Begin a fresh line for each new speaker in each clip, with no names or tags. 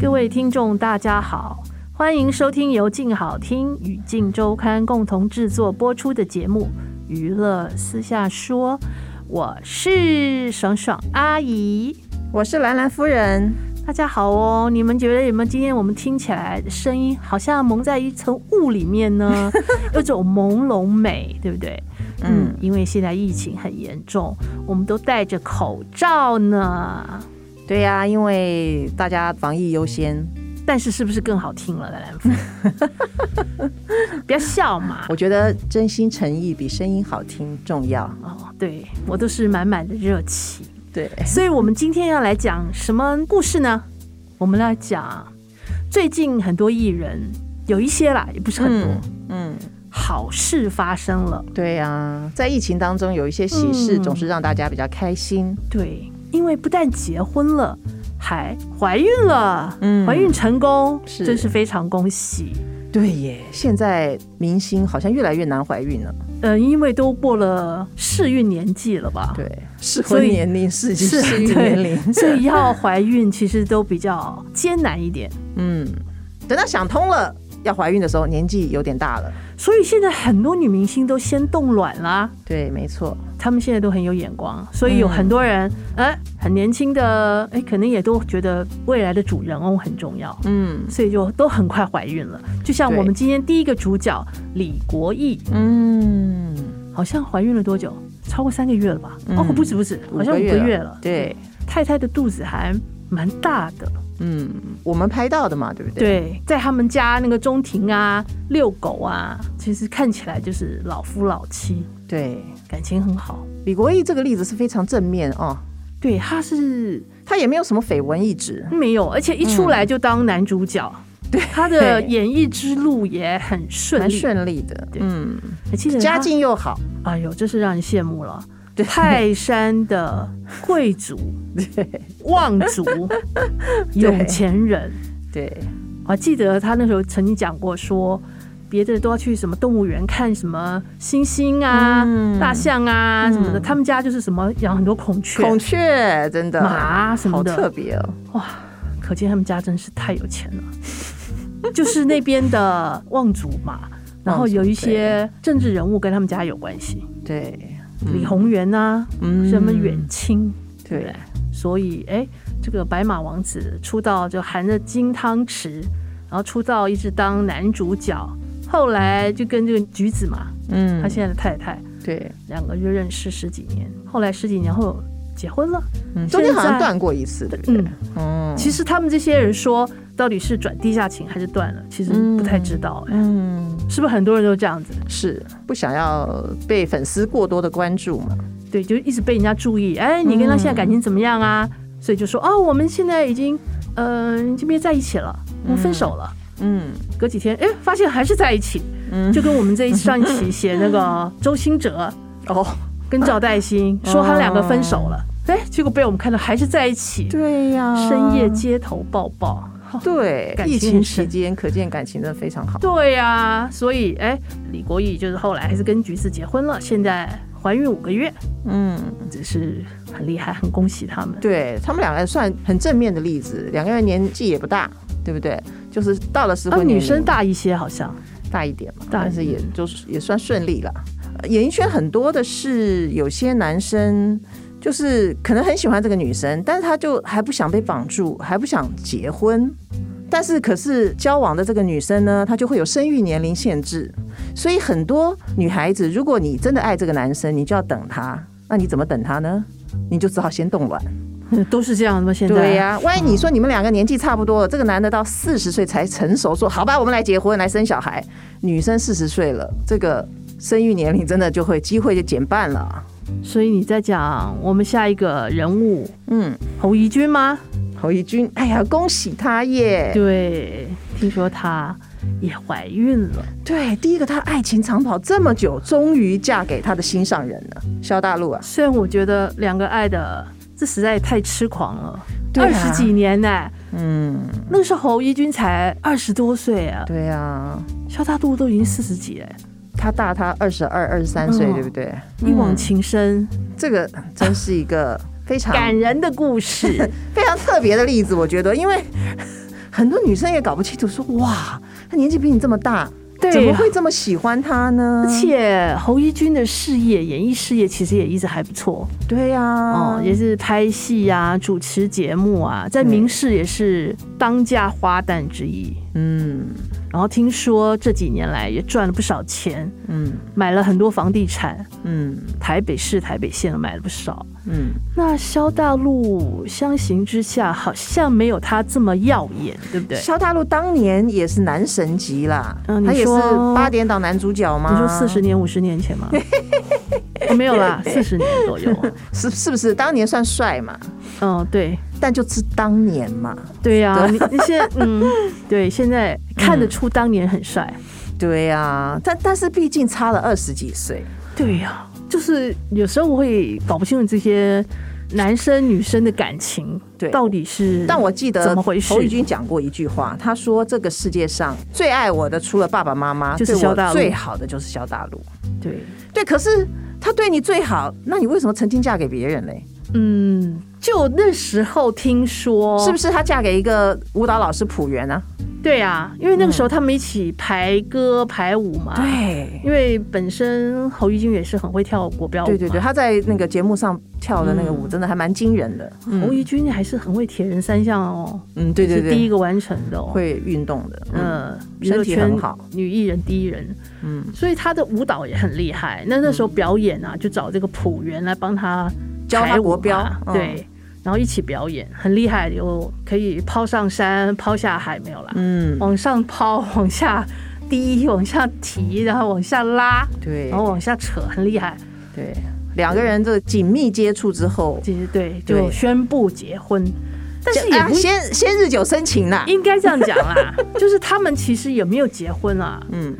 各位听众，大家好，欢迎收听由静好听与静周刊共同制作播出的节目《娱乐私下说》，我是爽爽阿姨。
我是兰兰夫人，
大家好哦，你们觉得有没有？今天我们听起来声音好像蒙在一层雾里面呢，有种朦胧美，对不对？嗯，因为现在疫情很严重，我们都戴着口罩呢。
对呀、因为大家防疫优先，
但是是不是更好听了？兰兰夫人，不要笑嘛。
我觉得真心诚意比声音好听重要。
哦，对我都是满满的热情。
对，
所以我们今天要来讲什么故事呢？我们来讲最近很多艺人，有一些啦，也不是很多。
嗯，
好事发生了。
对呀、在疫情当中有一些喜事，
嗯
总是让大家比较开心。
对，因为不但结婚了，还怀孕了，
嗯
怀孕成功，
是
真是非常恭喜。
对耶，现在明星好像越来越难怀孕了。
呃，因为都过了适孕年纪了吧？。
对，适
所
婚
以
年龄是已经
是
适龄
对
年 龄，
所以要怀孕其实都比较艰难一点，
嗯，等到想通了要怀孕的时候，年纪有点大了。
所以现在很多女明星都先冻卵啦，
对，没错，
她们现在都很有眼光，所以有
嗯
很多人，哎、很年轻的，哎、可能也都觉得未来的主人翁很重要，
嗯
所以就都很快怀孕了。就像
对
我们今天第一个主角李国毅，
嗯，
好像怀孕了多久？超过三个月了吧？
嗯
哦，不止不止，好像五个月了。
对，
太太的肚子还蛮大的。
嗯，我们拍到的嘛，对不对？
对，在他们家那个中庭啊，遛狗啊，其实看起来就是老夫老妻，
对
感情很好。
李国毅这个例子是非常正面哦，
对，他是
他也没有什么绯闻一职。
没有，而且一出
嗯
来就当男主角。对，他的演艺之路也很顺
蛮
利。哎
顺利的，
对啊
嗯，
还记得他
家，境又好，
哎呦，这是让人羡慕了。
对
泰山的贵 族、望族、有钱人，
对，
我还记得他那时候曾经讲过说。别的都要去什么动物园看什么猩猩啊、
嗯
大象啊什么的，
嗯
他们家就是什么养很多孔雀、
孔雀真的
马啊什么
好
的，
特别哦，
可见他们家真是太有钱了。 就是那边的望族嘛，然后有一些政治人物跟他们家有关系，
对，
李宏源啊，
嗯
什么远亲，对不对
对，？
所以，哎，这个白马王子出道就含着金汤匙，然后出道一直当男主角，后来就跟这个橘子嘛，
嗯，
他现在的太太，
对，
两个就认识十几年，后来十几年后结婚了。
嗯中间好
现在
像断过一次，对不对？
嗯，
嗯，
其实他们这些人说到底是转地下情还是断了，其实不太知道、哎
嗯，
是不是很多人都这样子？
是不想要被粉丝过多的关注嘛？
对，就一直被人家注意。哎，你跟他现在感情怎么样啊？
嗯
所以就说哦，我们现在已经，嗯、这边在一起了，我们分手了。
嗯
隔几天，哎，发现还是在一起，
嗯，
就跟我们这一上一期写那 个周兴哲
哦，
跟赵黛欣说他两个分手了，哎，结果被我们看到还是在一起，
对呀、
深夜街头抱抱。
对
哦感情
疫情
很深
期间，可见感情真的非常好。
对呀、所以哎，李国毅就是后来还是跟橘子结婚了，现在怀孕五个月，
嗯，
只是很厉害，很恭喜他们。
对他们两个算很正面的例子，两个人年纪也不大，对不对？就是到了适
啊，
婚年龄、
女生大一些好像，
大一点嘛，
大一
但是也就是也算顺利了。呃演艺圈很多的是有些男生就是可能很喜欢这个女生，但是他就还不想被绑住，还不想结婚。但是可是交往的这个女生呢，她就会有生育年龄限制，所以很多女孩子，如果你真的爱这个男生，你就要等他。那你怎么等他呢？你就只好先冻卵。
嗯 都是这样的吗？现在
对呀、万一你说你们两个年纪差不多，这个男的到四十岁才成熟，说好吧，我们来结婚，来生小孩。女生四十岁了，这个生育年龄真的就会机会就减半了。
所以你在讲我们下一个人物
嗯，
侯怡君吗？
侯怡君，哎呀，恭喜她耶！
对，听说她也怀孕了。
对，第一个她爱情长跑这么久，终于嫁给她的心上人了，萧大陆啊，
虽然我觉得两个爱的这实在太痴狂了，
对
二
啊
十、几年呢、
嗯，
那个时候侯怡君才二十多岁啊，
对嗯啊，
萧大肚都已经四十几哎、
她大她二十二、二十三岁，
嗯
对不对？
一往情深，
这个真是一个非常
感人的故 事。
非常特别的例子，我觉得，因为 很多女生也搞不清楚说，哇，她年纪比你这么大，
对啊
怎么会这么喜欢她呢？
而且侯怡君的事业，演艺事业其实也一直还不错
对呀、
哦、也是拍戏啊、主持节目啊，在
对
明视也是当家花旦之一。
嗯
然后听说这几年来也赚了不少钱，
嗯
买了很多房地产，
嗯
台北市、台北县买了不少。
嗯，
那萧大陆相形之下，好像没有他这么耀眼，对不对？
萧大陆当年也是男神级啦，
嗯你
他也是
说
八点档男主角吗？
你说四十年、五十年前 吗？哦没有啦，四十年左右。啊
是是不是当年算帅嘛？
嗯，对，
但就是当年嘛，
对呀、你你现 在嗯，对，现在看得出当年很帅。
对呀、但但是毕竟差了二十几岁，
对呀、就是有时候我会搞不清楚这些男生女生的感情，
对
到底是
但我记得
怎么回事
侯宇君讲过一句话，他说：“这个世界上最爱我的，除了爸爸妈妈，
就是
对
萧
我
大陆
最好的就是萧大陆。
对，”
对，可是他对你最好，那你为什么曾经嫁给别人嘞？
嗯，就那时候听说，
是不是她嫁给一个舞蹈老师朴元啊？
对啊，因为那个时候他们一起排歌排舞嘛。
对，
因为本身侯玉君也是很会跳国标舞嘛，
对对对，她在那个节目上跳的那个舞
嗯
真的还蛮惊人的。
侯玉君还是很会铁人三项哦，
嗯，对对
是第一
对，
个完成的哦。
会运动的。嗯，
嗯，娱
身
乐
体
圈
很好
女艺人第一人，
嗯，
所以她的舞蹈也很厉害。那那时候表演啊，就找这个朴元来帮她
教她
排舞
国标
嘛
嗯
对，然后一起表演，很厉害，有可以抛上山、抛下海，没有啦，
嗯，
往上抛，往下低，往下提，然后往下拉，
对
然后往下扯，很厉害。
对，两个人这个紧密接触之后，
其实对，
对
就宣布结婚，但是也
啊
不
先先日久生情啦。
应该这样讲啦， 就是他们其实也没有结婚啊，
嗯，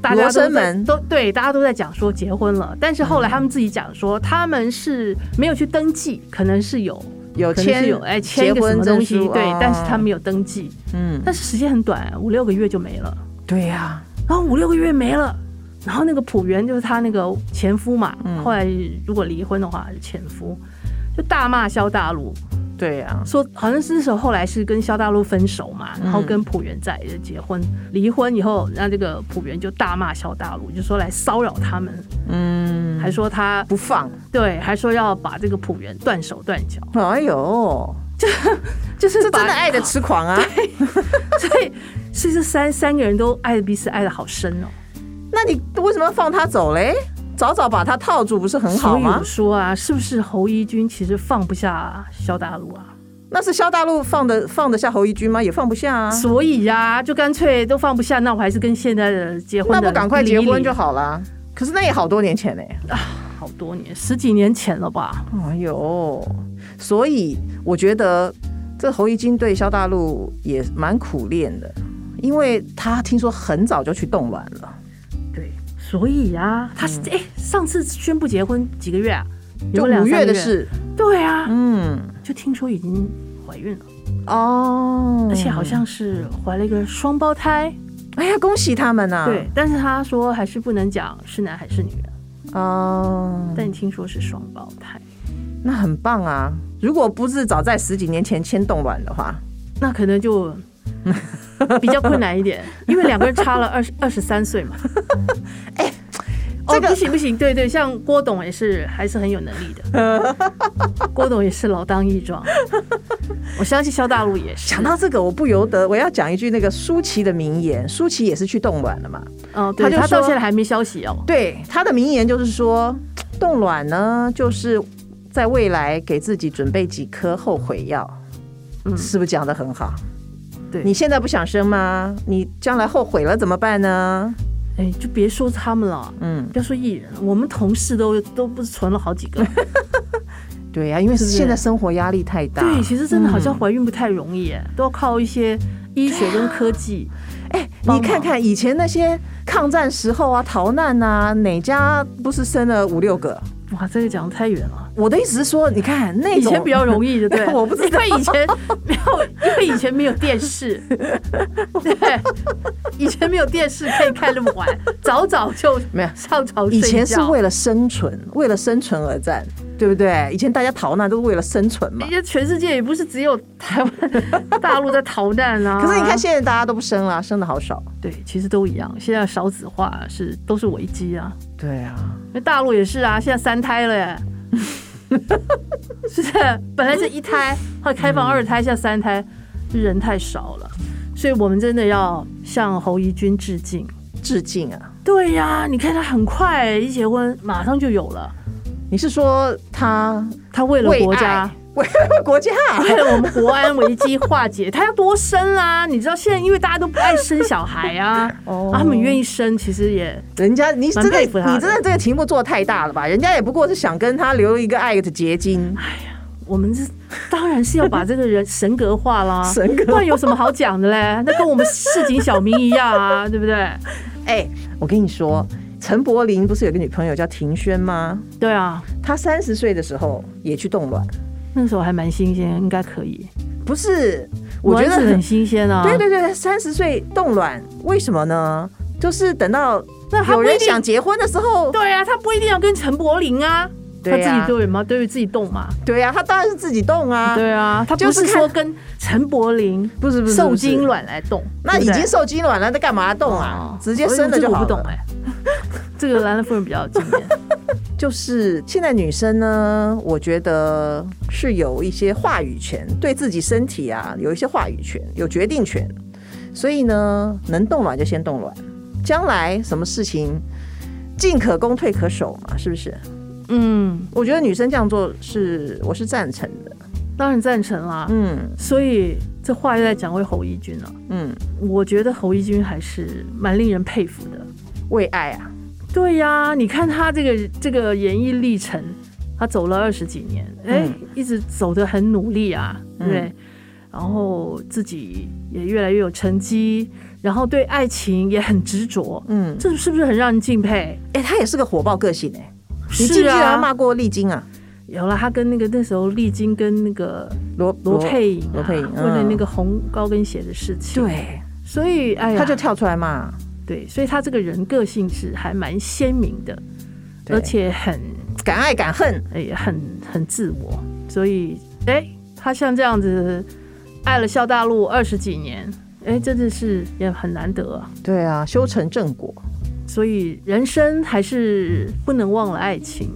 大家
罗
都
生
在
门
都对，大家都在讲说结婚了，但是后来他们自己讲说他们是没有去登记，可能是有。
有
可能
签
是有哎签一
结
个什
婚
么
证
东西
书，
对，
哦
但是他没有登记，
嗯，
但是时间很短，五六个月就没了，
对呀、
然后五六个月没了，然后那个朴元就是他那个前夫嘛，
嗯
后来如果离婚的话，前夫就大骂萧大陆，
对呀、
说好像是那时候后来是跟萧大陆分手嘛，然
嗯
后跟朴元在结婚，离婚以后，那这个朴元就大骂萧大陆，就说来骚扰他们，
嗯，
还说他
不放。
对，还说要把这个朴元断手断脚，
哎呦，
就是
这
把
真的爱的，痴狂啊！
所以所以这三三个人都爱的彼此爱的好深哦。
那你为什么要放他走嘞？早早把他套住不是很好
所以
吗
我？说啊，是不是侯一军其实放不下萧大陆啊？
那是萧大陆放的放得下侯怡君吗？也放不下啊。
所以呀、就干脆都放不下，那我还是跟现在的结婚
那
的
不赶快结
离一
婚
离
就好啦。可是那也好多年前嘞、
哎好多年，十几年前了吧？
哎呦，所以我觉得这侯怡君对萧大陆也蛮苦练的，因为他听说很早就去冻卵了，
对，所以啊，他是哎、上次宣布结婚几个月啊？有没
嗯就
有两
五
三
月
个
的。事。
对啊，
嗯，
就听说已经怀孕了，
哦，
而且好像是怀了一个双胞胎。
哎呀，恭喜他们呐、啊！
对，，但是他说还是不能讲是男还是女的，
哦，
但听说是双胞胎，
那很棒啊！如果不是早在十几年前签冻卵的话，
那可能就。比较困难一 点，因为两个人差了二十二十三岁嘛。 哎、
这个
哦，不行不行，对对，像郭董也是还是很有能力的， 郭董也是老当益壮，我相信萧大陆也是。
讲到这个，我不由得我要讲一句那个舒淇的名言，舒淇也是去冻卵了嘛？
哦，对，
他就
他到
说
现在还没消息哦。
对，她的名言就是说，冻卵呢，就是在未来给自己准备几颗后悔药。
嗯
是不是讲的很好？
对
你现在不想生吗？你将来后悔了怎么办呢？
哎，就别说他们了，
嗯，
不要说艺人了，我们同事都都不是存了好几个。
对啊呀、因为
是不是
现在生活压力太 大。
对，其实真的好像
嗯
怀孕不太容易耶，都要靠一些医学跟科 技。
哎，
帮
你看
忙
看以前那些抗战时候啊，逃难啊，哪家不是生了五六个？
哇，这个讲得太远了。
我的意思是说，你看那
以
种
前比较容易，对不对？
我不知道
因为以前没有，因为以前没有电 视，对，以前没有电视可以看那么晚，早早就
没有
上床睡
以
觉。
前是为了生存，为了生存而战，对不对？以前大家逃难都是为了生存嘛
人。家全世界也不是只有台湾、大陆在逃难啊。
可是你看，现在大家都不生了，生的好少。
对，其实都一样。现在少子化是都是危机啊，
对啊，
那大陆也是啊，现在三胎了耶， 是不是？本来是一胎，后来开放二胎，现在三胎，人太少了，所以我们真的要向侯怡君致敬。
致敬啊！
对呀、你看他很快一结婚马上就有了，
你是说他
他为了
为
国家。
为了国家？
为了我们国安危机化解，他要多生啊！你知道现在因为大家都不爱生小孩啊，
哦
啊他们愿意生，其实也
人家你真
蛮
的
佩服他的
你真的这个题目做得太大了吧？人家也不过是想跟他留一个爱的结晶。
我们这当然是要把这个人神格化啦，
神格化
不然有什么好讲的 嘞？那跟我们市井小民一样啊， 对不对？
哎、我跟你说，陈柏霖不是有个女朋友叫庭轩吗？
对啊，
她三十岁的时候也去冻卵，
那个时候还蛮新鲜，应该可以。
不是？我觉得
卵子
很
很新鲜啊。
对，对对，三十岁冻卵，为什么呢？就是等到
那他
有
不一
人
定
想。结婚的时候，
对啊，他不一定要跟陈柏霖啊，
对
他自
啊
己对嘛，对于自己动嘛。
对呀、啊，他当然是自己动啊。
对啊，他
就
不
是
是说
看
跟陈柏霖
不是不是
受
不是
精卵来动，
那已
对不对
经受精卵了，那干嘛动啊
哦？
直接生了就
这
好
个我不懂
了。
哎， 这个兰兰夫人比较有经 验。
就是现在女生呢，我觉得是有一些话语权，对自己身体啊有一些话语权，有决定权。所以呢，能动卵就先动卵，将来什么事情进可攻退可守嘛，是不是？
嗯，
我觉得女生这样做是我是赞成的。
当然赞成啦。
嗯
所以这话又在讲为侯怡君了、
嗯，
我觉得侯怡君还是蛮令人佩服的。
为爱啊，
对呀、你看他这个这个演艺历程，他走了二十几年，哎、
嗯
一直走得很努力啊，对不对？
嗯
然后自己也越来越有成绩，然后对爱情也很执着，
嗯，
这是不是很让人敬佩？
哎、她也是个火爆个性哎、你记不记
是
得她
啊
骂，过丽晶啊？
有了他跟那个那时候丽晶跟那个
罗
罗佩影、啊，
罗佩影
为了
嗯
那个红高跟鞋的事情，，
对，啊
所以哎呀，
她就跳出来骂，
对，所以他这个人个性是还蛮鲜明的，
对
而且很
敢爱敢恨，
诶、很很自我，所以哎、他像这样子爱了笑大陆二十几年，哎、真的是也很难得啊。
对啊，修成正果。
所以人生还是不能忘了爱情，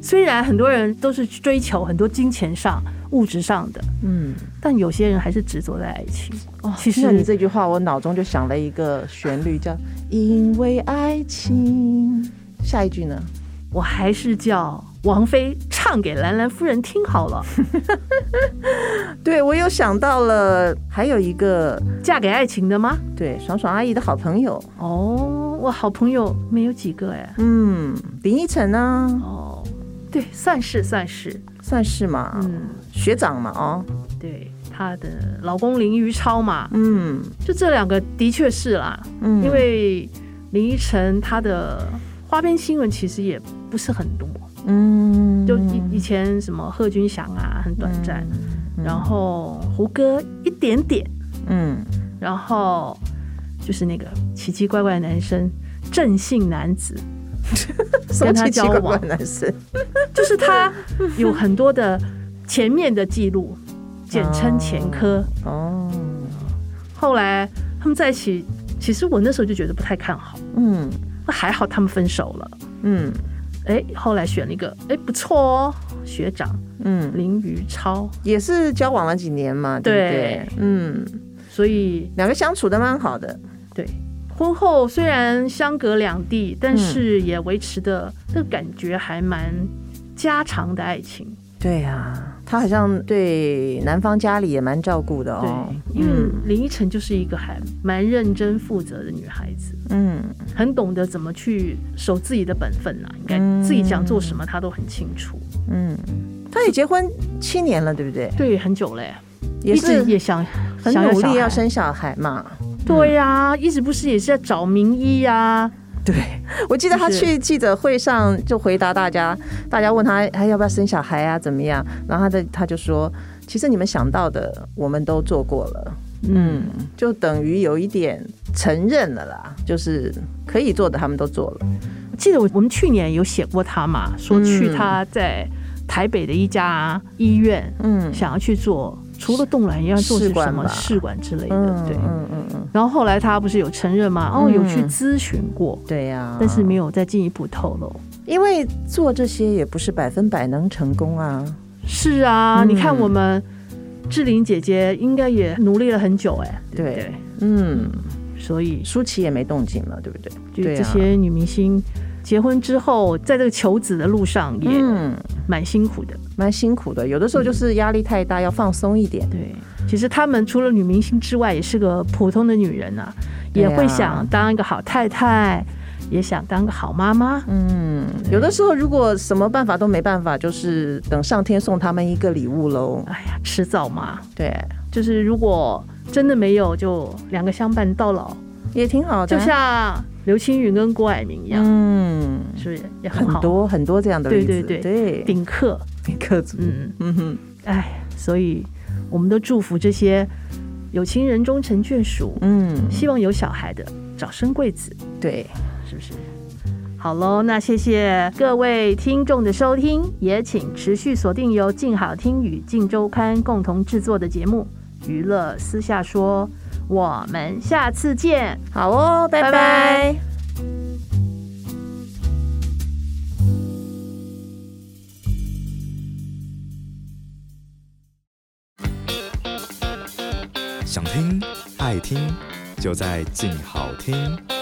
虽然很多人都是追求很多金钱上、物质上的，
嗯，
但有些人还是执着在爱情。
哦，
其实
听了你这句话，我脑中就想了一个旋律，叫《因为爱情》。下一句呢？
我还是叫王菲唱给兰兰夫人听好 了，
对我有想到了，还有一个
嫁给爱情的吗？
对爽爽阿姨的好朋友，
哦，我好朋友没有几个哎。
嗯，林依晨啊，
哦，对，算是算是，
算是嘛，
嗯，
学长嘛，哦，
对，她的老公林于超嘛，
嗯
就这两个的确是啦，
嗯，
因为林依晨她的花边新闻其实也不是很多，
嗯，
就以以前什么贺军翔啊，很短暂，
嗯
然后胡歌一点点，
嗯，
然后就是那个奇奇怪怪的男生，正姓男子，
什么
跟他
奇奇
交
怪怪
往
的男生，
就是他有很多的前面的记录，简称前科。
哦，
后来他们在一起，其实我那时候就觉得不太看好，
嗯
那还好他们分手了。
嗯
哎，后来选了一个哎不错哦，学长
嗯，
林于超，
也是交往了几年嘛，对不对
对？
嗯，
所以
两个相处的蛮好的，
对婚后虽然相隔两地，但是也维持的那个感觉还蛮家常的爱情。
对呀、啊，他好像对男方家里也蛮照顾的
对
哦。，
因为林依晨就是一个还蛮认真负责的女孩子，
嗯，
很懂得怎么去守自己的本分啊啦、应该
嗯
自己想做什么，她都很清楚。
嗯，他也结婚七年了，对不对？
对，很久嘞，
也
一直
是
也想
很
想
努
小
力要
孩
生小孩嘛。
对呀、一直不是也是在找名医呀、
对， 我记得他
就是
去记者会上就回答大家，大家问他还要不要生小孩啊，怎么样？然后他的他就说，其实你们想到的我们都做过了，
嗯，
就等于有一点承认了啦，就是可以做的他们都做了。
我记得我我们去年有写过他嘛，说去
嗯
他在台北的一家医院，
嗯
想要去做除了冻卵，也要做
试
些
管
什么
吧
试管之类的，
嗯
对。
嗯嗯嗯，
然后后来他不是有承认吗？哦，
嗯
有去咨询过，
对啊呀、
但是没有再进一步透露。
因为做这些也不是百分百能成功啊。
是啊，
嗯
你看我们志玲姐姐应该也努力了很久、哎，
对，
对，
嗯，
所以
舒淇也没动静了，对不对？
就
对啊
这些女明星结婚之后，在这个求子的路上也
嗯，
蛮辛苦的。
蛮辛苦的，有的时候就是压力太大，要放松一点。
对，其实她们除了女明星之外，也是个普通的女人啊，
对
也
啊
会想当一个好太太，也想当个好妈妈。
嗯，有的时候如果什么办法都没办法，就是等上天送他们一个礼物喽。
哎呀，迟早嘛，
对，
就是如果真的没有，就两个相伴到老，
也挺好的
就
啊。
像刘青云跟郭蔼明一样，
嗯，
是不是也
很
很好？
多很多这样的例
对
子。
对
对，
顶客，
顶客族。
嗯，
嗯哼，
哎，所以我们都祝福这些有情人终成眷属，
嗯，
希望有小孩的早生贵子。
对，
是不是？好喽，那谢谢各位听众的收听，也请持续锁定由静好听与静周刊共同制作的节目《娱乐私下说》，我们下次见。
好哦，拜
拜
拜
拜
想听爱听，就在静好听。